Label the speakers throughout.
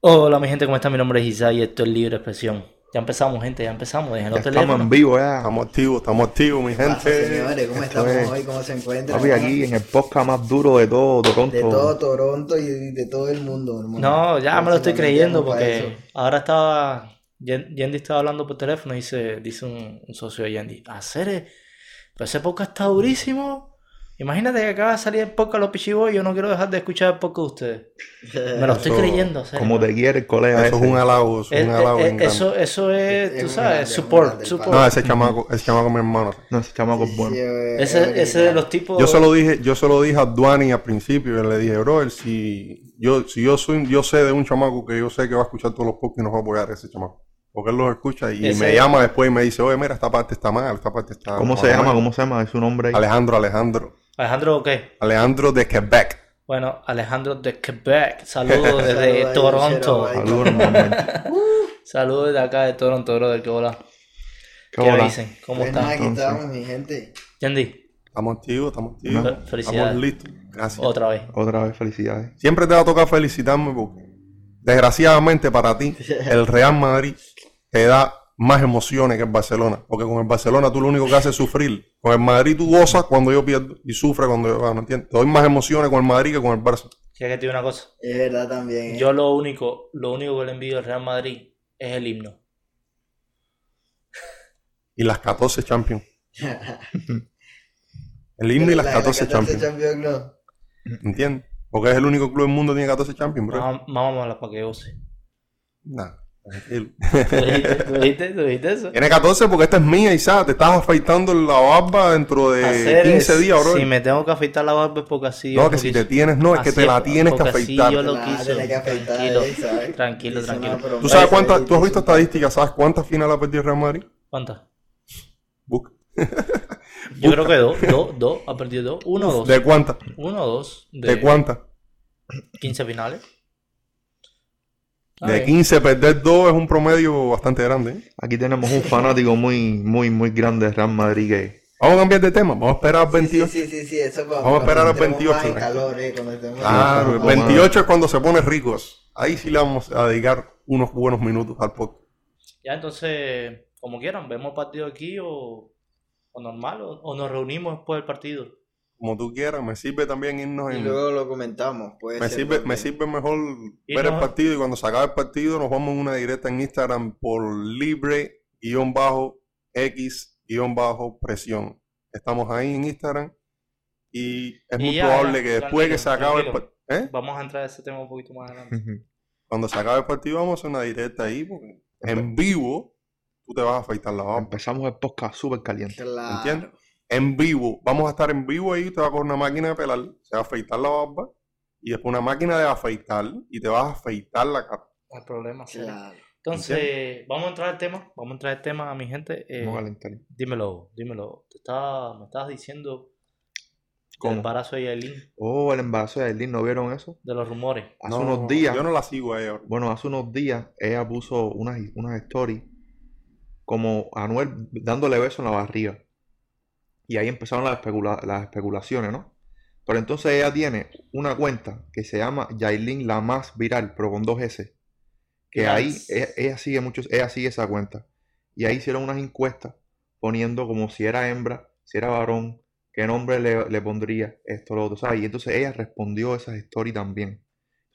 Speaker 1: Hola mi gente, ¿cómo está? Mi nombre es Isai y esto es Libre Expresión. Ya empezamos, gente, ya empezamos. Dejen los
Speaker 2: Ya estamos en
Speaker 1: teléfonos.
Speaker 2: vivo ya.
Speaker 3: Estamos activos, estamos activos, mi
Speaker 4: Pasa,
Speaker 3: gente.
Speaker 4: señores, ¿cómo
Speaker 2: esto
Speaker 4: estamos
Speaker 2: es-
Speaker 4: hoy? ¿Cómo se encuentran?
Speaker 2: Papi, aquí en el podcast más duro de todo Toronto.
Speaker 4: De todo Toronto y de todo el mundo, hermano.
Speaker 1: No, ya me lo estoy
Speaker 4: Próximamente
Speaker 1: creyendo
Speaker 4: vamos para
Speaker 1: porque ahora estaba. Yen- Yendi estaba hablando por teléfono y dice, dice un, un socio de Yendi: Hacer, e-". pero ese podcast está durísimo. Imagínate que acaba de salir el podcast Los Pichiboy y yo no quiero dejar de escuchar el podcast de ustedes.
Speaker 4: eso.
Speaker 1: Me lo estoy
Speaker 3: Eso,
Speaker 1: creyendo, Acere.
Speaker 2: Como te quiere el colega
Speaker 3: Eso es
Speaker 2: ese.
Speaker 3: un halago, eso
Speaker 1: Eh,
Speaker 3: es un halago.
Speaker 1: eh,
Speaker 3: bien grande.
Speaker 1: eso, eso es,
Speaker 4: Es
Speaker 1: tú
Speaker 4: un
Speaker 1: sabes,
Speaker 4: grande, es un
Speaker 1: support,
Speaker 4: grande, el
Speaker 1: support.
Speaker 4: pana.
Speaker 3: No, ese chamaco, ese chamaco es mi hermano.
Speaker 2: No, ese chamaco
Speaker 3: pues,
Speaker 2: es
Speaker 4: Sí,
Speaker 2: bueno.
Speaker 4: sí, eh, eh,
Speaker 1: Ese, ese de los tipos.
Speaker 3: Yo se lo dije, yo se lo dije a Duani al principio, y le dije, bro, si yo, si yo soy, yo sé de un chamaco que yo sé que va a escuchar todos los podcasts y nos va a apoyar ese chamaco. Porque él los escucha y
Speaker 1: Ese-
Speaker 3: me llama después y me dice, oye, mira, esta parte está mal, esta parte está
Speaker 2: ¿Cómo
Speaker 3: está
Speaker 2: se
Speaker 3: mal".
Speaker 2: llama? ¿Cómo se llama? Es su nombre ahí.
Speaker 3: Alejandro, Alejandro.
Speaker 1: Alejandro, ¿qué?
Speaker 3: Alejandro de Quebec.
Speaker 1: Bueno, Alejandro de Quebec. Saludos desde
Speaker 4: Saludos ahí,
Speaker 1: Toronto.
Speaker 4: Cheryl.
Speaker 2: Saludos, hermano.
Speaker 1: Saludos de acá de Toronto, brother. ¿Qué hola? ¿Qué,
Speaker 2: hola?
Speaker 1: me dicen? ¿Cómo
Speaker 4: pues nada,
Speaker 1: están?
Speaker 4: aquí estamos, mi gente.
Speaker 1: Yendi,
Speaker 3: Estamos activos, estamos activos.
Speaker 1: Fe- felicidades.
Speaker 3: Estamos listos. Gracias.
Speaker 1: otra vez.
Speaker 2: Otra vez, felicidades.
Speaker 3: Siempre te va a tocar felicitarme porque, desgraciadamente para ti, el Real Madrid te da más emociones que el Barcelona. Porque con el Barcelona tú lo único que haces es sufrir. Con el Madrid tú gozas cuando yo pierdo y sufres cuando yo gano, ¿entiendes? Te doy más emociones con el Madrid que con el Barça.
Speaker 1: Ya que te digo una cosa.
Speaker 4: Es verdad también. eh.
Speaker 1: Yo lo único, lo único que le envío al Real Madrid es el himno.
Speaker 3: Y las 14 Champions. El himno y las
Speaker 4: La-
Speaker 3: 14
Speaker 4: la
Speaker 3: Champions.
Speaker 4: Champions League.
Speaker 3: ¿Entiendes? Porque es el único club del mundo que tiene 14 Champions, bro.
Speaker 1: Vamos vamos a la pa' que goce.
Speaker 3: Nah, tranquilo.
Speaker 1: ¿Tú dijiste, tú dijiste- tú dijiste eso?
Speaker 3: Tiene 14 porque esta es mía, Isa. Te estás afeitando la barba dentro de
Speaker 1: Hacer es-
Speaker 3: 15 días, bro.
Speaker 1: Si me tengo que afeitar la barba es porque así.
Speaker 3: no,
Speaker 1: yo
Speaker 3: que
Speaker 1: lo
Speaker 3: si
Speaker 1: quiso.
Speaker 3: te tienes, no, es que
Speaker 1: Así
Speaker 3: te la
Speaker 1: es,
Speaker 3: tienes que
Speaker 1: porque así yo
Speaker 3: afeitar.
Speaker 1: lo
Speaker 4: Nah,
Speaker 1: quiso.
Speaker 4: tenés que afeitar
Speaker 1: Tranquilo.
Speaker 4: ahí, ¿sabes?
Speaker 1: Tranquilo,
Speaker 4: Hizo una
Speaker 1: tranquilo.
Speaker 4: broma,
Speaker 3: ¿Tú sabes
Speaker 4: hizo
Speaker 3: cuántas,
Speaker 4: ahí,
Speaker 3: tú has visto
Speaker 4: hizo-
Speaker 3: estadísticas? ¿Sabes cuántas finales ha perdido el Real Madrid?
Speaker 1: ¿Cuántas?
Speaker 3: Busca.
Speaker 1: Yo creo que dos, dos, dos. Ha perdido dos. Uno, dos.
Speaker 3: ¿De cuántas?
Speaker 1: Uno o dos de,
Speaker 3: ¿De cuántas?
Speaker 1: 15 finales. Ah,
Speaker 3: De
Speaker 1: bien.
Speaker 3: 15, perder 2 es un promedio bastante grande. ¿eh?
Speaker 2: Aquí tenemos un fanático muy, muy, muy grande de Real Madrid que
Speaker 3: Vamos a cambiar de tema, vamos a esperar al
Speaker 4: Sí,
Speaker 3: 28.
Speaker 4: Sí, sí, sí, sí, eso cuando-
Speaker 3: Vamos a esperar a
Speaker 4: cuando
Speaker 3: 28,
Speaker 4: entremos más en
Speaker 3: ¿no?
Speaker 4: calor, eh, cuando estemos-
Speaker 3: Claro, el
Speaker 2: Vamos a-
Speaker 3: 28 es cuando se pone ricos. Ahí sí le vamos a dedicar unos buenos minutos al podcast.
Speaker 1: Ya entonces, como quieran, vemos el partido aquí o, o normal o, o nos reunimos después del partido.
Speaker 3: Como tú quieras, me sirve también irnos
Speaker 4: Y
Speaker 3: en.
Speaker 4: luego lo comentamos. puede
Speaker 3: Me
Speaker 4: ser,
Speaker 3: sirve, me
Speaker 4: porque-
Speaker 3: sirve mejor ver
Speaker 1: no-
Speaker 3: el partido y cuando se acabe el partido nos vamos en una directa en Instagram por libre guión bajo x guión bajo presión. Estamos ahí en Instagram y es
Speaker 1: Y
Speaker 3: muy
Speaker 1: ya,
Speaker 3: probable
Speaker 1: ya,
Speaker 3: que después que se acabe el
Speaker 1: tranquilo,
Speaker 3: par- ¿eh?
Speaker 1: Vamos a entrar a ese tema un poquito más adelante.
Speaker 3: cuando se acabe el partido vamos a hacer una directa ahí porque en vivo tú te vas a afeitar la barba.
Speaker 2: empezamos el podcast súper caliente.
Speaker 4: Claro.
Speaker 3: ¿Entiendes? En vivo. Vamos a estar en vivo ahí. Te va a coger una máquina de pelar. Se va a afeitar la barba. Y después una máquina de afeitar. Y te vas a afeitar la cara.
Speaker 1: No hay problema. sí.
Speaker 4: Claro.
Speaker 1: Entonces, vamos a entrar al tema. Vamos a entrar al tema, mi gente. Eh,
Speaker 2: Vamos a calentar.
Speaker 1: dímelo, dímelo. Te estaba- me estabas diciendo el
Speaker 2: ¿Cómo?
Speaker 1: embarazo de Yailin,
Speaker 2: Oh, el embarazo de Aileen, ¿no vieron eso?
Speaker 1: de los rumores.
Speaker 2: Hace
Speaker 3: No,
Speaker 2: unos días.
Speaker 3: Yo no la sigo a ella. bro.
Speaker 2: Bueno, hace unos días ella puso unas, unas stories como Anuel dándole beso en la barriga. Y ahí empezaron las, especula- las especulaciones, ¿no? Pero entonces ella tiene una cuenta que se llama Yailin la más viral, pero con dos S. Que ahí
Speaker 1: Virales.
Speaker 2: ella, ella sigue muchos, ella sigue esa cuenta. Y ahí hicieron unas encuestas poniendo como si era hembra, si era varón, qué nombre le, le pondría, esto, lo otro, ¿sabes? Y entonces ella respondió esas stories también.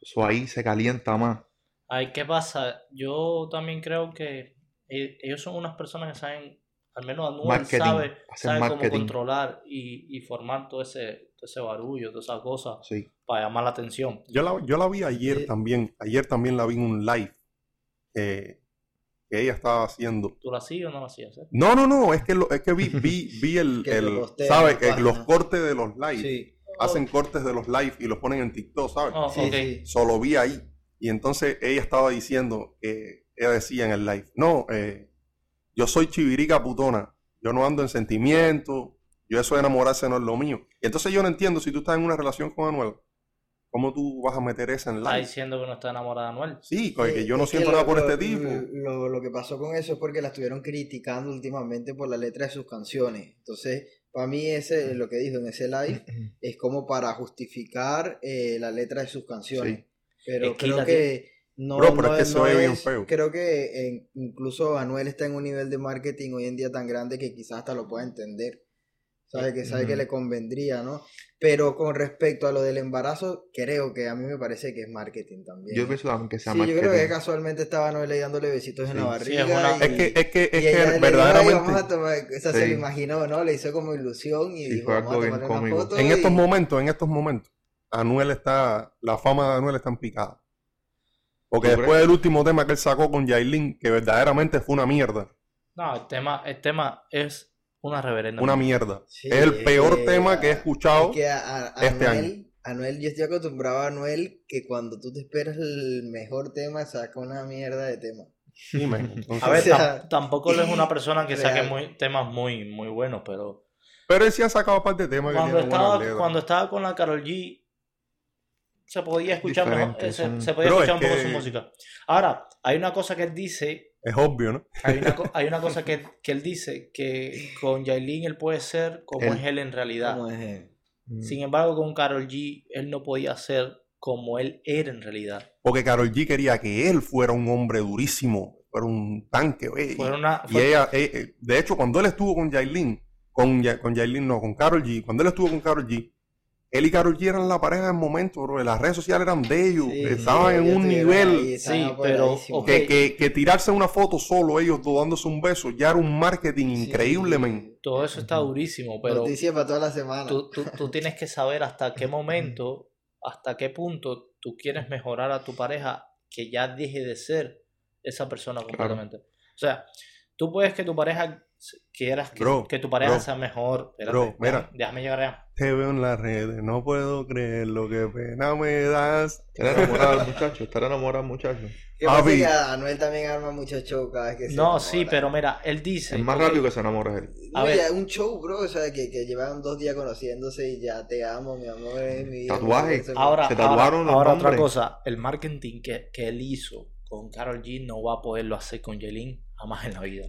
Speaker 2: Eso ahí se calienta más.
Speaker 1: Ay, ¿qué pasa? Yo también creo que e- ellos son unas personas que saben, al menos Anuel
Speaker 2: Marketing,
Speaker 1: sabe,
Speaker 2: hacen
Speaker 1: sabe cómo
Speaker 2: marketing.
Speaker 1: controlar y, y formar todo ese, todo ese barullo, todas esas cosas
Speaker 2: Sí.
Speaker 1: para llamar la atención.
Speaker 3: Yo la, yo la vi ayer
Speaker 4: Sí.
Speaker 3: también. Ayer también la vi en un live. eh, que ella estaba haciendo.
Speaker 1: ¿Tú la sigues o no la sigues? eh?
Speaker 3: No, no, no. Es que, lo- es que vi, vi, vi el.
Speaker 4: Que te
Speaker 3: el-
Speaker 4: posteen
Speaker 3: ¿Sabes?
Speaker 4: en la
Speaker 3: Eh, los
Speaker 4: página.
Speaker 3: cortes de los live.
Speaker 4: Sí.
Speaker 3: Hacen cortes de los live y los ponen en TikTok, ¿sabes?
Speaker 1: Oh,
Speaker 4: Sí,
Speaker 1: ok.
Speaker 4: sí.
Speaker 3: solo vi ahí. Y entonces ella estaba diciendo, eh, ella decía en el live, no, eh, yo soy chivirica putona, yo no ando en sentimientos, yo eso de enamorarse no es lo mío. Y entonces yo no entiendo, si tú estás en una relación con Anuel, ¿cómo tú vas a meter esa en
Speaker 1: Está
Speaker 3: live?
Speaker 1: diciendo que no está enamorada de Anuel.
Speaker 3: Sí, que que yo no
Speaker 4: Eh, Es que
Speaker 3: siento
Speaker 4: lo-
Speaker 3: nada por
Speaker 4: lo-
Speaker 3: este tipo.
Speaker 4: Lo, lo que pasó con eso es porque la estuvieron criticando últimamente por la letra de sus canciones. Entonces, para mí ese lo que dijo en ese live es como para justificar eh, la letra de sus canciones.
Speaker 2: Sí.
Speaker 4: Pero
Speaker 1: Es que
Speaker 4: creo
Speaker 1: la
Speaker 4: que No,
Speaker 3: Bro, pero
Speaker 4: no
Speaker 3: es que se oye bien
Speaker 4: es-
Speaker 3: feo.
Speaker 4: Creo que en- incluso Anuel está en un nivel de marketing hoy en día tan grande que quizás hasta lo pueda entender. Sabe que sabe que
Speaker 1: Ujú.
Speaker 4: le convendría, ¿no? Pero con respecto a lo del embarazo, creo que a mí me parece que es marketing también.
Speaker 2: Yo pienso también que sea
Speaker 4: sí,
Speaker 2: marketing.
Speaker 4: yo creo que casualmente estaba Anuel ahí dándole besitos en la
Speaker 2: Sí,
Speaker 1: sí,
Speaker 4: barriga.
Speaker 1: es una-
Speaker 4: y-
Speaker 3: Es que, es que,
Speaker 4: y
Speaker 3: es
Speaker 4: ella le
Speaker 3: que
Speaker 4: dijo, "Ay, vamos a
Speaker 3: verdaderamente,
Speaker 4: tomar- o sea, se
Speaker 2: Sí.
Speaker 4: lo imaginó, ¿no? Le hizo como ilusión y,
Speaker 2: Y
Speaker 4: dijo,
Speaker 2: fue
Speaker 4: vamos a
Speaker 2: algo bien
Speaker 4: tomarle una
Speaker 2: cómico.
Speaker 4: foto
Speaker 3: en
Speaker 4: y-
Speaker 3: estos momentos, en estos momentos, Anuel está, la fama de Anuel está en picada. Porque
Speaker 2: ¿Tú
Speaker 3: después del último tema que él sacó con Yailin, que verdaderamente fue una mierda,
Speaker 1: No, el tema, el tema es una reverenda.
Speaker 3: una mierda.
Speaker 4: Sí,
Speaker 3: es el peor
Speaker 4: que-
Speaker 3: tema que he escuchado.
Speaker 4: Es que a, a- a
Speaker 3: este
Speaker 4: Anuel, Anuel, yo estoy acostumbrado a Anuel que cuando tú te esperas el mejor tema, saca una mierda de tema.
Speaker 3: Sí, man. Entonces-
Speaker 1: A ver,
Speaker 4: O sea,
Speaker 1: tam- tampoco él es una persona que saque
Speaker 4: real.
Speaker 1: muy, temas muy, muy buenos, pero
Speaker 3: pero él sí ha sacado un par de temas que
Speaker 1: cuando
Speaker 3: tienen buenas
Speaker 1: estaba,
Speaker 3: letras.
Speaker 1: cuando estaba con la Carol G, se podía escuchar mejor,
Speaker 2: diferente,
Speaker 1: eh, se,
Speaker 2: son-
Speaker 1: se podía
Speaker 3: Pero
Speaker 1: escuchar un
Speaker 3: es
Speaker 1: poco
Speaker 3: que-
Speaker 1: su música. Ahora, hay una cosa que él dice,
Speaker 3: Es obvio, ¿no?
Speaker 1: hay una, co- hay una cosa que, que él dice, que con Yailin él puede ser como
Speaker 2: Él.
Speaker 1: es él en realidad.
Speaker 4: ¿Cómo es eh, él?
Speaker 2: Mm.
Speaker 1: Sin embargo, con Carol G, él no podía ser como él era en realidad.
Speaker 3: Porque Carol G quería que él fuera un hombre durísimo, fuera un tanque. oye.
Speaker 1: Fue una,
Speaker 3: Y
Speaker 1: fue-
Speaker 3: ella, eh, eh, de hecho, cuando él estuvo con Yailin, con, Ya- con Yailin no, con Carol G, cuando él estuvo con Carol G, él y Carol G eran la pareja del momento, bro. Las redes sociales eran de ellos.
Speaker 4: Sí,
Speaker 3: Estaban
Speaker 4: sí,
Speaker 3: en
Speaker 4: ellos
Speaker 3: un
Speaker 4: estuvieron
Speaker 3: nivel
Speaker 4: ahí, estaban
Speaker 1: Sí, pero,
Speaker 4: apoderadísimos.
Speaker 1: ok,
Speaker 3: que, que- que tirarse una foto solo ellos dos dándose un beso ya era un marketing increíble, men.
Speaker 1: todo eso está durísimo, pero...
Speaker 4: Noticia para toda la semana.
Speaker 1: tú, tú- tú tienes que saber hasta qué momento, hasta qué punto tú quieres mejorar a tu pareja que ya deje de ser esa persona completamente. O sea, tú puedes que tu pareja s- quieras que,
Speaker 3: Bro,
Speaker 1: que tu pareja
Speaker 3: bro,
Speaker 1: sea mejor. Espérate,
Speaker 3: bro, mira.
Speaker 1: déjame- Déjame llegar allá.
Speaker 3: Te veo en las redes, no puedo creer lo que pena me das.
Speaker 2: Estar enamorado el muchacho, estar enamorado el muchacho.
Speaker 4: ¿Qué pasa
Speaker 3: Avi.
Speaker 4: que a Anuel también arma mucho show cada vez que se
Speaker 1: No,
Speaker 4: enamora?
Speaker 1: sí, pero mira, él dice...
Speaker 2: es más
Speaker 1: ok,
Speaker 2: rápido que se enamora él.
Speaker 1: a
Speaker 4: No,
Speaker 1: ver.
Speaker 4: ya, un show, bro, o sea, que, que llevan dos días conociéndose y ya te amo, mi amor, es mi vida.
Speaker 2: Tatuaje.
Speaker 4: Eso-
Speaker 1: Ahora,
Speaker 2: Se
Speaker 1: ahora,
Speaker 2: tatuaron los
Speaker 1: ahora otra
Speaker 2: nombres.
Speaker 1: cosa, el marketing que, que él hizo con Carol G no va a poderlo hacer con Yelin jamás en la vida.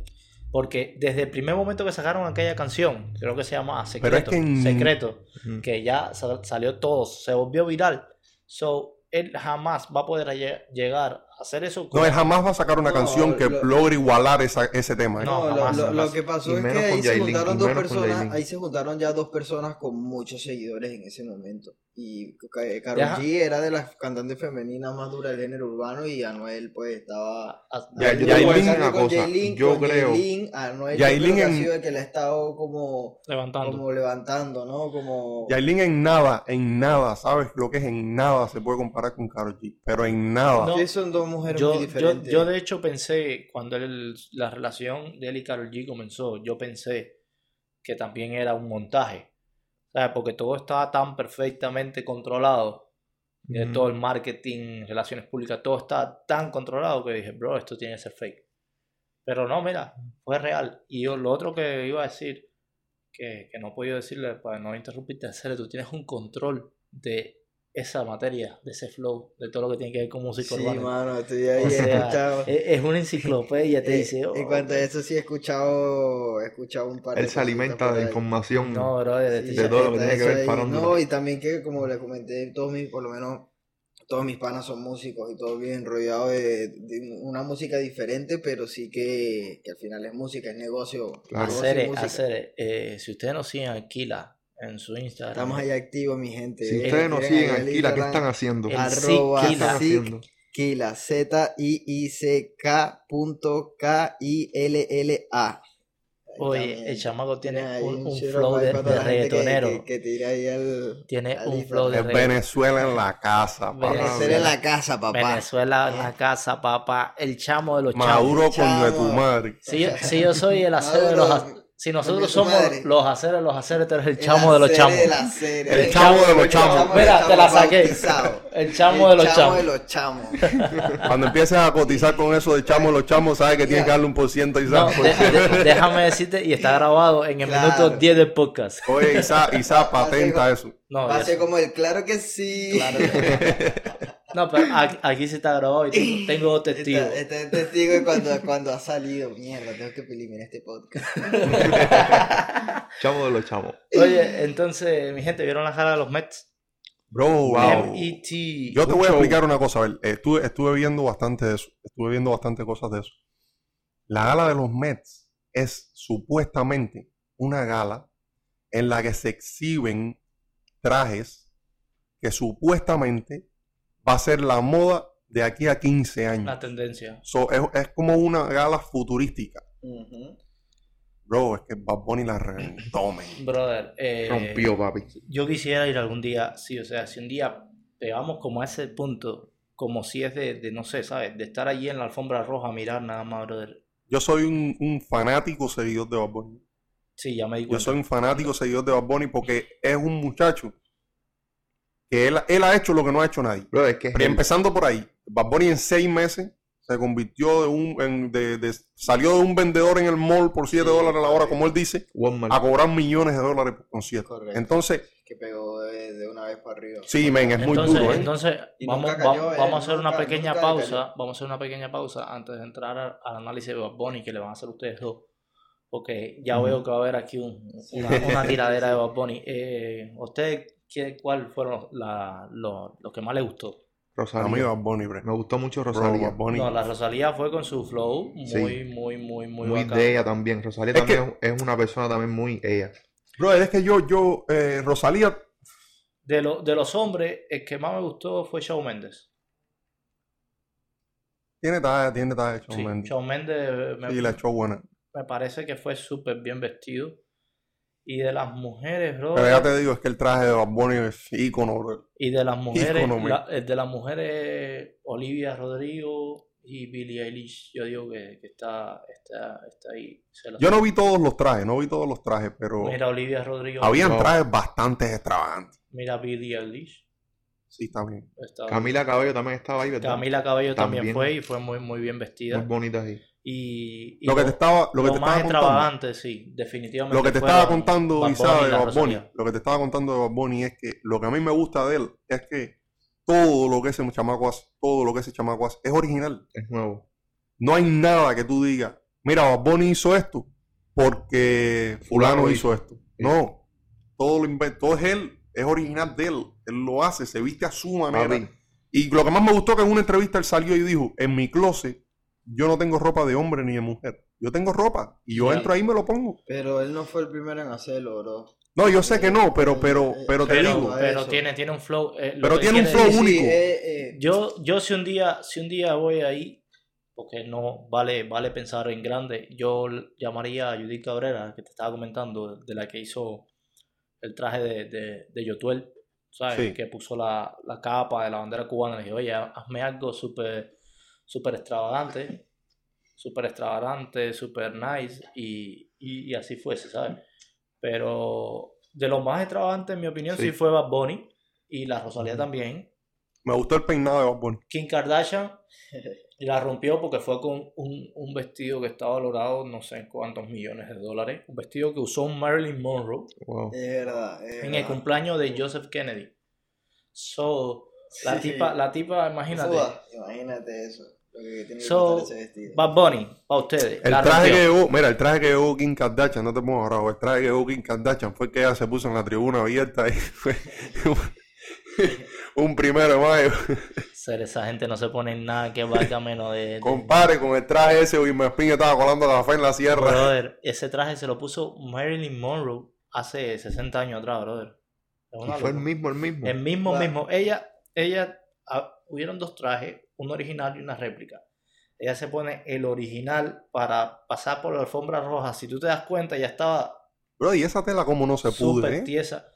Speaker 1: Porque desde el primer momento que sacaron aquella canción, creo que se llama Secreto,
Speaker 3: Pero es que en-
Speaker 1: Secreto,
Speaker 2: Mm.
Speaker 1: que ya sa- salió todo, se volvió viral. So, él jamás va a poder a lle- llegar a hacer eso. con-
Speaker 3: No, él jamás va a sacar una
Speaker 4: No,
Speaker 3: canción que
Speaker 4: lo-
Speaker 3: logre igualar esa- ese tema. ¿eh?
Speaker 1: No,
Speaker 4: No, lo-
Speaker 1: jamás,
Speaker 4: lo,
Speaker 1: jamás.
Speaker 4: lo que
Speaker 2: Y
Speaker 4: pasó es que
Speaker 2: menos con
Speaker 4: ahí se
Speaker 2: Yailin,
Speaker 4: juntaron
Speaker 2: y
Speaker 4: dos
Speaker 2: menos con
Speaker 4: personas,
Speaker 2: Yailin.
Speaker 4: ahí se juntaron ya dos personas con muchos seguidores en ese momento. Y eh, Karol
Speaker 1: Deja-
Speaker 4: G era de las cantantes femeninas más duras del género urbano y Anuel pues estaba...
Speaker 1: a-
Speaker 2: Ya, yo te
Speaker 3: Yailin-
Speaker 2: voy a decir una
Speaker 4: con
Speaker 2: cosa.
Speaker 4: Yailin,
Speaker 2: yo
Speaker 4: con
Speaker 2: creo.
Speaker 4: Yailin, Anuel yo
Speaker 3: Yailin
Speaker 4: creo que ha
Speaker 3: en-
Speaker 4: sido el que le ha estado como,
Speaker 1: levantando.
Speaker 4: como levantando, ¿no? Como...
Speaker 3: Yailin en nada, en nada, ¿sabes? Lo que es en nada se puede comparar con Karol G, pero en nada.
Speaker 1: No,
Speaker 4: Sí, son dos mujeres
Speaker 1: Yo,
Speaker 4: muy
Speaker 1: yo-
Speaker 4: diferentes.
Speaker 1: yo de hecho pensé, cuando el- la relación de él y Karol G comenzó, yo pensé que también era un montaje. ¿sabes? Porque todo estaba tan perfectamente controlado. de
Speaker 2: Mm.
Speaker 1: Todo el marketing, relaciones públicas, todo estaba tan controlado que dije, bro, esto tiene que ser fake. Pero no, mira, fue real. Y yo, lo otro que iba a decir, que, que no he podido decirle para no interrumpirte, hacer, tú tienes un control de esa materia, de ese flow, de todo lo que tiene que ver con música
Speaker 4: Sí,
Speaker 1: urbana.
Speaker 4: mano, estoy ahí
Speaker 1: O sea,
Speaker 4: escuchado.
Speaker 1: Es, E, es una enciclopedia, te
Speaker 4: Eh,
Speaker 1: dice. oh,
Speaker 4: en cuanto a eso sí he escuchado, he escuchado un par de
Speaker 2: Él se
Speaker 4: cositas
Speaker 2: alimenta
Speaker 4: por
Speaker 2: de
Speaker 4: ahí.
Speaker 2: información.
Speaker 1: No, este bro, de
Speaker 4: Sí,
Speaker 1: ti
Speaker 2: de
Speaker 1: se-
Speaker 2: todo lo que
Speaker 4: está
Speaker 2: tiene que
Speaker 4: eso
Speaker 2: ver
Speaker 4: ahí.
Speaker 2: para un-
Speaker 4: No, y también que como le comenté, todos mis, por lo menos, todos mis panas son músicos y todos bien rodeados de, de una música diferente, pero sí que, que al final es música, es negocio.
Speaker 2: Claro.
Speaker 4: negocio y
Speaker 1: Hacer,
Speaker 4: música.
Speaker 1: hacer, eh, si ustedes nos siguen Aquila en su Instagram,
Speaker 4: Estamos allá activos, mi gente.
Speaker 2: Si
Speaker 4: Eh,
Speaker 2: ustedes nos
Speaker 4: escriben
Speaker 2: siguen
Speaker 4: ahí al
Speaker 2: aquí, ¿la qué
Speaker 4: Instagram,
Speaker 2: están haciendo?
Speaker 1: El
Speaker 2: ¿Qué
Speaker 4: Arroba
Speaker 1: Sick
Speaker 2: están
Speaker 1: Kila.
Speaker 2: haciendo?
Speaker 4: Kila, Z-I-I-C-K.K-I-L-L-A.
Speaker 1: oye, el chamaco tiene
Speaker 4: Ahí
Speaker 1: un, un
Speaker 4: shout out
Speaker 1: flow
Speaker 4: ahí
Speaker 1: de,
Speaker 4: para toda
Speaker 1: de
Speaker 4: la gente que-
Speaker 1: reggaetonero.
Speaker 4: Que, que tira ahí al.
Speaker 1: tiene
Speaker 4: al
Speaker 1: un
Speaker 4: Instagram.
Speaker 1: flow de
Speaker 3: Es
Speaker 1: reggaetonero.
Speaker 3: Venezuela en la casa, papá.
Speaker 4: Hacer en la casa, papá.
Speaker 1: Ah, Venezuela en la casa, papá. El chamo de los chamos.
Speaker 3: Maduro con
Speaker 4: Chavo.
Speaker 3: de tu madre.
Speaker 1: Si yo, si yo soy el acero de los
Speaker 4: Maduro,
Speaker 1: ac- Si nosotros
Speaker 4: tu
Speaker 1: somos
Speaker 4: madre.
Speaker 1: los aceros, de los aceros, tú eres el chamo de los chamos.
Speaker 4: El acero,
Speaker 3: El
Speaker 4: el
Speaker 3: chamo de los
Speaker 4: chamo,
Speaker 3: chamos.
Speaker 4: el
Speaker 1: Mira,
Speaker 4: chamo
Speaker 1: te la saqué.
Speaker 4: bautizado.
Speaker 1: El chamo de los
Speaker 4: chamo
Speaker 1: chamos.
Speaker 4: de los chamos.
Speaker 3: Cuando empieces a cotizar con eso de chamo, los chamos sabes que tienes que darle un por ciento a
Speaker 1: No,
Speaker 3: Isaac.
Speaker 1: de- de- déjame decirte, y está grabado en el
Speaker 4: Claro.
Speaker 1: minuto 10 del podcast.
Speaker 3: Oye, Isaac, Isaac,
Speaker 4: Va a ser
Speaker 3: patenta eso.
Speaker 1: No,
Speaker 4: Va a
Speaker 1: ya
Speaker 4: ser
Speaker 1: sé.
Speaker 4: como el claro que sí.
Speaker 1: Claro que no. No, pero aquí, aquí se está grabado y tengo, tengo dos
Speaker 4: Este
Speaker 1: testigos.
Speaker 4: este testigo de cuando, cuando ha salido. Mierda, tengo que eliminar este podcast.
Speaker 2: Chamo de los chamos.
Speaker 1: Oye, entonces, mi gente, ¿vieron la jala de los Mets? E
Speaker 3: Bro, wow.
Speaker 1: M.E.T.
Speaker 3: Yo te
Speaker 2: un
Speaker 3: voy a
Speaker 2: show.
Speaker 3: explicar una cosa, a ver, estuve, estuve viendo bastante de eso, estuve viendo bastante cosas de eso. La gala de los Mets es supuestamente una gala en la que se exhiben trajes que supuestamente va a ser la moda de aquí a 15
Speaker 1: La
Speaker 3: años.
Speaker 1: tendencia.
Speaker 3: So, es, es como una gala futurística.
Speaker 4: Ujú.
Speaker 3: Bro, es que Bad Bunny la reventó, man.
Speaker 1: Brother, eh,
Speaker 2: Rompió, papi.
Speaker 1: yo quisiera ir algún día, sí, o sea, si un día pegamos como a ese punto, como si es de, de, no sé, ¿sabes? De estar allí en la alfombra roja a mirar nada más, brother.
Speaker 3: Yo soy un, un fanático seguidor de Bad Bunny.
Speaker 1: Sí, ya me di
Speaker 3: Yo
Speaker 1: cuenta.
Speaker 3: soy un fanático seguidor de Bad Bunny porque es un muchacho que él, él ha hecho lo que no ha hecho nadie.
Speaker 2: Bro, es que es
Speaker 3: Pero
Speaker 2: el-
Speaker 3: empezando por ahí, Bad Bunny en seis meses se convirtió de un en- de- de- salió de un vendedor en el mall por 7
Speaker 4: Sí,
Speaker 3: dólares a la hora,
Speaker 4: correcto.
Speaker 3: como él dice,
Speaker 2: Walmart.
Speaker 3: a
Speaker 1: Ah,
Speaker 3: cobrar millones de dólares por concierto.
Speaker 4: Correcto.
Speaker 3: Entonces,
Speaker 4: Que pegó de, de una vez para arriba.
Speaker 3: sí, men, es muy
Speaker 1: entonces,
Speaker 3: duro, ¿eh?
Speaker 1: entonces
Speaker 4: Y
Speaker 1: vamos,
Speaker 4: nunca cayó,
Speaker 1: va-
Speaker 4: eh,
Speaker 1: vamos a hacer una
Speaker 4: nunca-
Speaker 1: pequeña
Speaker 4: nunca
Speaker 1: pausa.
Speaker 4: cayó.
Speaker 1: Vamos a hacer una pequeña pausa antes de entrar al, al análisis de Bad Bunny que le van a hacer ustedes dos. Porque ya
Speaker 2: Ujú.
Speaker 1: veo que va a haber aquí un- una, una tiradera de Bad Bunny. Eh, ¿Usted qué, cuál fueron la- lo, lo que más le gustó?
Speaker 2: Rosalía.
Speaker 3: A mí Bad Bunny, bro.
Speaker 2: Me gustó mucho
Speaker 3: Bro,
Speaker 2: Rosalía.
Speaker 3: Bad Bunny.
Speaker 1: No, la Rosalía fue con su flow muy,
Speaker 2: Sí.
Speaker 1: muy, muy, muy,
Speaker 2: muy
Speaker 1: bacán.
Speaker 2: de ella también. Rosalía
Speaker 3: Es
Speaker 2: también es una persona también muy ella.
Speaker 3: Bro, es que yo, yo, eh, Rosalía,
Speaker 1: De, lo- de los hombres, el que más me gustó fue Shawn Mendes.
Speaker 3: tiene talla, tiene talla, Shawn
Speaker 1: Sí,
Speaker 3: Mendes.
Speaker 1: Shawn Mendes me,
Speaker 3: Sí, la echó buena.
Speaker 1: me parece que fue súper bien vestido. Y de las mujeres, bro.
Speaker 3: Pero ya te digo, es que el traje de Bad Bunny es ícono, bro.
Speaker 1: Y de las mujeres,
Speaker 3: Híjole,
Speaker 1: la- eh, de las mujeres, Olivia Rodrigo y Billie Eilish, yo digo que, que está, está, está ahí. Se la-
Speaker 3: Yo no vi todos los trajes, no vi todos los trajes, pero
Speaker 1: Mira Olivia Rodrigo,
Speaker 3: habían
Speaker 2: No.
Speaker 3: trajes bastante extravagantes.
Speaker 1: mira Billie Eilish.
Speaker 3: Sí, está bien.
Speaker 1: está-
Speaker 2: Camila Cabello también estaba ahí, ¿verdad?
Speaker 1: Ah. Camila Cabello también,
Speaker 2: También.
Speaker 1: fue y fue muy, muy bien vestida.
Speaker 2: Muy bonita ahí.
Speaker 1: y, y
Speaker 3: Lo que te estaba, lo que te
Speaker 1: más
Speaker 3: estaba contando.
Speaker 1: extravagante, sí, definitivamente.
Speaker 3: Lo que te
Speaker 1: fue
Speaker 3: estaba
Speaker 1: Bad-
Speaker 3: contando,
Speaker 1: Bad
Speaker 3: Isabel,
Speaker 1: Bunny y
Speaker 3: de
Speaker 1: la
Speaker 3: Bad Bunny,
Speaker 1: Rosalía.
Speaker 3: lo que te estaba contando de Bad Bunny es que lo que a mí me gusta de él es que todo lo que ese chamaco hace, todo lo que ese chamaco hace es original.
Speaker 2: Es nuevo.
Speaker 3: No hay nada que tú digas, mira, Bad Bunny hizo esto porque fulano
Speaker 2: Fulano
Speaker 3: hizo esto. No, todo lo inventó es él, es original de él, él lo hace, se viste a su manera.
Speaker 2: Papi,
Speaker 3: Y lo que más me gustó que en una entrevista él salió y dijo, en mi closet yo no tengo ropa de hombre ni de mujer, yo tengo ropa y yo
Speaker 1: Sí.
Speaker 3: entro ahí y me lo pongo.
Speaker 4: Pero él no fue el primero en hacerlo, bro.
Speaker 3: No, yo sé que no, pero, pero,
Speaker 4: Eh,
Speaker 3: pero te
Speaker 1: Pero,
Speaker 3: digo,
Speaker 1: pero
Speaker 4: Eso.
Speaker 1: tiene, tiene un flow. eh, lo
Speaker 3: Pero
Speaker 1: que
Speaker 3: tiene un
Speaker 1: quiere
Speaker 3: flow
Speaker 1: decir-
Speaker 4: Sí, sí,
Speaker 3: único.
Speaker 4: eh, eh,
Speaker 1: Yo, yo si un día, si un día voy ahí, porque no vale, vale pensar en grande, yo l- llamaría a Judith Cabrera, que te estaba comentando, de la que hizo el traje de, de, de Yotuel, ¿sabes?
Speaker 3: Sí.
Speaker 1: Que puso la, la capa de la bandera cubana. Le dije, oye, hazme algo súper súper extravagante, súper extravagante, súper nice, y, y, y así fuese, ¿sabes? Pero de lo más extravagante, en mi opinión, sí,
Speaker 2: Sí.
Speaker 1: fue Bad Bunny y la Rosalía también.
Speaker 3: me gustó el peinado de Bad Bunny.
Speaker 1: Kim Kardashian la rompió porque fue con un, un vestido que está valorado no sé en cuántos millones de dólares. Un vestido que usó Marilyn Monroe
Speaker 2: wow.
Speaker 4: es verdad. es
Speaker 1: en el
Speaker 4: verdad.
Speaker 1: cumpleaños de Joseph Kennedy. So, la
Speaker 4: Sí.
Speaker 1: tipa, la tipa, imagínate.
Speaker 4: Joda, Imagínate eso. Lo que tiene que
Speaker 1: So,
Speaker 4: costar ese vestido.
Speaker 1: Bad Bunny, para ustedes.
Speaker 3: El
Speaker 1: la
Speaker 3: traje
Speaker 1: rompió.
Speaker 3: que llevó, mira, el traje que llevó Kim Kardashian, no te pongo bravo, el traje que llevó Kim Kardashian fue el que ella se puso en la tribuna abierta y fue un primero de mayo.
Speaker 1: Ser, esa gente no se pone en nada que valga menos de... de-
Speaker 3: Compare con el traje ese, Wilmer Espín estaba colando café en la sierra.
Speaker 1: Brother, ese traje se lo puso Marilyn Monroe hace 60 años atrás, brother. Es
Speaker 2: Y
Speaker 1: una
Speaker 2: fue el
Speaker 1: locura.
Speaker 2: mismo, el mismo.
Speaker 1: El mismo,
Speaker 4: Va.
Speaker 1: mismo. Ella, ella, ah, hubieron dos trajes, un original y una réplica. Ella se pone el original para pasar por la alfombra roja. Si tú te das cuenta, ya estaba
Speaker 3: Bro, y esa tela como no se
Speaker 1: súper
Speaker 3: pudre, ¿eh?
Speaker 1: tiesa.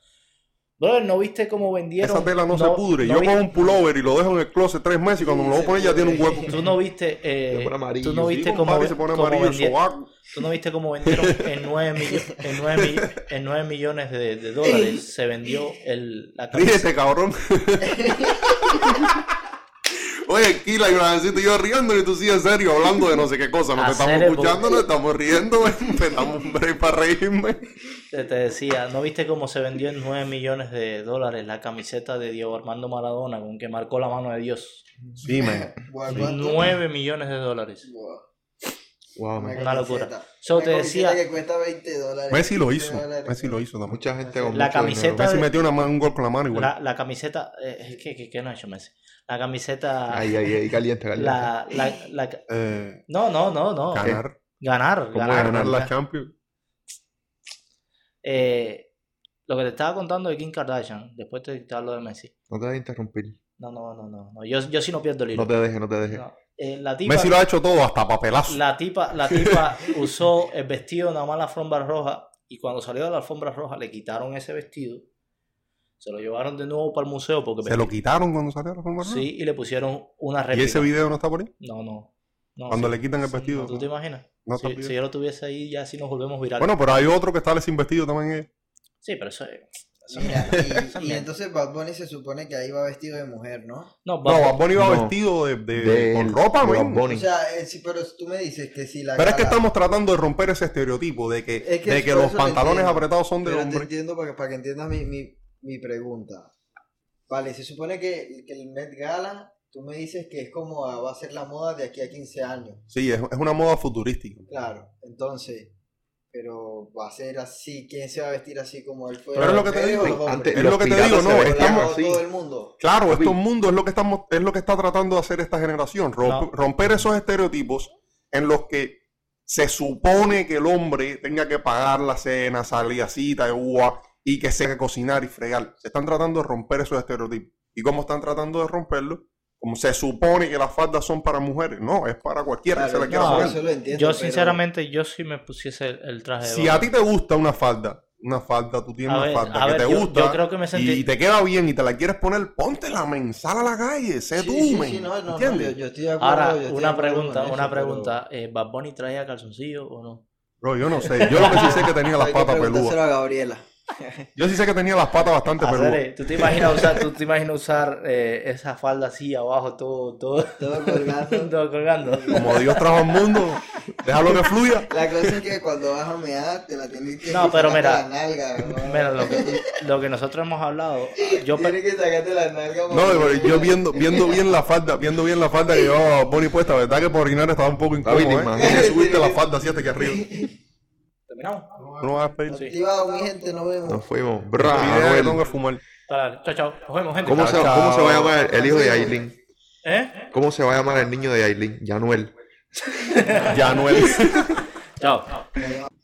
Speaker 1: Brother, ¿no viste cómo vendieron?
Speaker 3: Esa tela no, se pudre.
Speaker 1: no
Speaker 3: Yo
Speaker 1: vi-
Speaker 3: cojo un pullover y lo dejo en el closet tres meses y cuando
Speaker 4: Sí,
Speaker 3: me lo voy
Speaker 4: se
Speaker 3: a poner ya tiene un
Speaker 4: pudre.
Speaker 3: hueco.
Speaker 1: Tú no viste, eh,
Speaker 2: Se pone amarillo,
Speaker 1: tú no
Speaker 2: sí,
Speaker 1: viste
Speaker 3: Sí,
Speaker 1: cómo,
Speaker 3: compadre, se pone
Speaker 1: cómo
Speaker 3: amarillo el
Speaker 1: vendieron-
Speaker 3: sobaco.
Speaker 1: ¿Tú no viste cómo vendieron en 9, en nueve mi- en nueve millones de, de dólares? Se vendió el, la camiseta.
Speaker 3: Ríete, cabrón. Oye, aquí la Johancito y yo riendo y tú sí en serio hablando de no sé qué cosa. No te estamos
Speaker 1: Hacer el
Speaker 3: escuchando, no estamos riendo. Te damos un break para reírme.
Speaker 1: Te, te decía, ¿no viste cómo se vendió en 9 millones de dólares la camiseta de Diego Armando Maradona con que marcó la mano de Dios?
Speaker 3: Sí, man.
Speaker 4: Buah, ¿cuánto?
Speaker 1: 9 millones de dólares.
Speaker 4: Buah.
Speaker 2: Wow,
Speaker 4: Una
Speaker 2: man.
Speaker 1: Una locura.
Speaker 4: camiseta.
Speaker 1: So,
Speaker 4: Una
Speaker 1: te
Speaker 4: camiseta
Speaker 1: decía-
Speaker 4: que cuesta 20 dólares.
Speaker 3: Messi lo
Speaker 4: 20
Speaker 3: hizo.
Speaker 4: dólares.
Speaker 3: Messi lo hizo también.
Speaker 2: Mucha gente con
Speaker 1: La
Speaker 2: mucho
Speaker 1: camiseta
Speaker 2: dinero.
Speaker 3: Messi
Speaker 1: de-
Speaker 3: metió una mano- un gol con la mano igual.
Speaker 1: La, la camiseta. eh, es que, que, que no ha hecho Messi. La camiseta.
Speaker 2: Ay, ay, ay, caliente, caliente.
Speaker 1: la, la, la ca-
Speaker 3: Eh,
Speaker 1: no, no, no, no.
Speaker 3: ganar.
Speaker 1: Ganar.
Speaker 2: ¿Cómo
Speaker 1: ganar,
Speaker 3: Ganar la
Speaker 1: ganar.
Speaker 3: Champions.
Speaker 1: Eh, lo que te estaba contando de Kim Kardashian. Después te, te hablo de Messi.
Speaker 2: No te dejes interrumpir.
Speaker 1: No, no, no, no. no. Yo, yo sí no pierdo el hilo.
Speaker 2: No te dejes, no te dejes.
Speaker 1: No. Eh, la tipa,
Speaker 3: Messi lo ha hecho todo, hasta papelazo.
Speaker 1: la tipa, la tipa usó el vestido nada más la alfombra roja y cuando salió de la alfombra roja le quitaron ese vestido, se lo llevaron de nuevo para el museo porque
Speaker 3: Se lo quitaron cuando salió la forma
Speaker 1: sí y le pusieron una
Speaker 3: ¿Y
Speaker 1: réplica.
Speaker 3: ese video no está por ahí?
Speaker 1: No, no. No,
Speaker 3: Cuando
Speaker 1: sí.
Speaker 3: le quitan el
Speaker 1: Sí,
Speaker 3: vestido,
Speaker 1: no, ¿Tú
Speaker 3: ¿no?
Speaker 1: te imaginas?
Speaker 3: No está el
Speaker 1: si,
Speaker 3: video.
Speaker 1: si yo lo tuviese ahí ya si nos volvemos virales.
Speaker 3: Bueno, pero hay otro que está sin vestido también. eh.
Speaker 1: sí, pero eso, es- eso es-
Speaker 4: Mira,
Speaker 1: Esa
Speaker 4: y, y
Speaker 1: mierda.
Speaker 4: entonces Bad Bunny se supone que ahí va vestido de mujer, ¿no?
Speaker 1: No,
Speaker 3: No, Bad Bunny iba
Speaker 2: No.
Speaker 3: vestido de, de-
Speaker 2: De
Speaker 3: con
Speaker 2: él,
Speaker 3: ropa,
Speaker 2: de Bad
Speaker 3: men.
Speaker 2: Bunny.
Speaker 4: O sea, eh, sí, pero tú me dices que si la.
Speaker 3: Pero es que
Speaker 4: la-
Speaker 3: estamos tratando de romper ese estereotipo de que,
Speaker 4: Es que
Speaker 3: de que
Speaker 4: por
Speaker 3: los
Speaker 4: eso te
Speaker 3: pantalones
Speaker 4: entiendo.
Speaker 3: apretados son de
Speaker 4: Pero te
Speaker 3: hombre.
Speaker 4: entiendo para que, para que entiendas mi, mi, mi pregunta. Vale, se supone que, que el Met Gala, tú me dices que es como ah, va a ser la moda de aquí a 15 años.
Speaker 3: Sí, es, es una moda futurística.
Speaker 4: Claro, entonces, pero va a ser así, ¿quién se va a vestir así como él fue?
Speaker 3: Pero es lo que te
Speaker 4: ¿Ustedes
Speaker 3: digo,
Speaker 4: o los hombres?
Speaker 2: antes-
Speaker 3: Es
Speaker 2: los
Speaker 3: lo que te
Speaker 2: piratas
Speaker 3: digo,
Speaker 2: se
Speaker 3: no,
Speaker 2: vestían
Speaker 3: estamos
Speaker 4: Todo-
Speaker 2: así.
Speaker 4: todo el mundo.
Speaker 3: Claro,
Speaker 2: Papi.
Speaker 3: estos mundos es lo que estamos, es lo que está tratando de hacer esta generación, romp-
Speaker 1: No.
Speaker 3: romper esos estereotipos en los que se supone que el hombre tenga que pagar la cena, salir a cita, ua, y que se que cocinar y fregar. Se están tratando de romper esos estereotipos. ¿Y cómo están tratando de romperlos? Como se supone que las faldas son para mujeres, no, es para cualquiera que se la
Speaker 4: Claro,
Speaker 3: quiera
Speaker 1: no,
Speaker 4: yo
Speaker 3: poner.
Speaker 4: eso lo entiendo,
Speaker 1: yo
Speaker 4: pero-
Speaker 1: sinceramente yo sí me pusiese el, el traje de
Speaker 3: Si
Speaker 1: Bad
Speaker 3: a ti te gusta una falda, una falda, tú tienes
Speaker 1: A
Speaker 3: una
Speaker 1: ver,
Speaker 3: falda
Speaker 1: a
Speaker 3: que
Speaker 1: ver,
Speaker 3: te
Speaker 1: yo-
Speaker 3: gusta
Speaker 1: yo creo que me sentí-
Speaker 3: y te queda bien y te la quieres poner, póntela, men, sal a la calle, sé
Speaker 4: Sí,
Speaker 3: tú,
Speaker 4: sí,
Speaker 3: men,
Speaker 4: sí, no, no, no,
Speaker 3: ¿entiendes?
Speaker 4: yo, yo estoy de acuerdo,
Speaker 1: Ahora,
Speaker 4: yo estoy de
Speaker 1: una
Speaker 4: acuerdo
Speaker 1: pregunta,
Speaker 4: con
Speaker 1: una
Speaker 4: eso, pero-
Speaker 1: pregunta. Eh, ¿Bad Bunny traía calzoncillo o no?
Speaker 3: Bro, yo no sé, yo lo que sí sé es que tenía las
Speaker 4: Hay que
Speaker 3: patas
Speaker 4: preguntárselo
Speaker 3: peludas.
Speaker 4: a Gabriela.
Speaker 3: Yo sí sé que tenía las patas bastante peludas.
Speaker 1: Hacer, Ah, ¿tú te imaginas usar, tú te imaginas usar eh, esa falda así abajo, todo, todo,
Speaker 4: Todo colgando.
Speaker 1: todo colgando?
Speaker 3: Como Dios trajo al mundo, déjalo que fluya.
Speaker 4: La cosa es que cuando vas a mear, te la tienes que
Speaker 1: No, pero mira.
Speaker 4: sacar la nalga. ¿no?
Speaker 1: Mira, lo que, lo que nosotros hemos hablado, yo pe-
Speaker 4: Tienes que sacarte la nalga.
Speaker 3: No,
Speaker 4: porque-
Speaker 3: pero yo viendo, viendo bien la falda, viendo bien la falda que llevaba Bonnie puesta, verdad que por orinar estaba un poco incómodo,
Speaker 2: David,
Speaker 3: ¿eh?
Speaker 2: imagínate.
Speaker 3: Tienes que subirte la falda así hasta aquí arriba.
Speaker 1: terminamos.
Speaker 3: No vas a pedir.
Speaker 1: Sí.
Speaker 4: Activado, mi gente, nos vemos.
Speaker 2: Nos fuimos.
Speaker 3: La
Speaker 2: Bra,
Speaker 3: idea es que tengo que
Speaker 2: Anuel.
Speaker 3: fumar.
Speaker 1: Dale, Chao, chao. Nos vemos, gente.
Speaker 2: ¿Cómo se, ¿Cómo se va a llamar el hijo de
Speaker 4: Chao.
Speaker 2: Aileen?
Speaker 1: ¿Eh?
Speaker 2: ¿Cómo se va a llamar el niño de Aileen? Yanuel.
Speaker 3: Ya no es.
Speaker 1: Chao.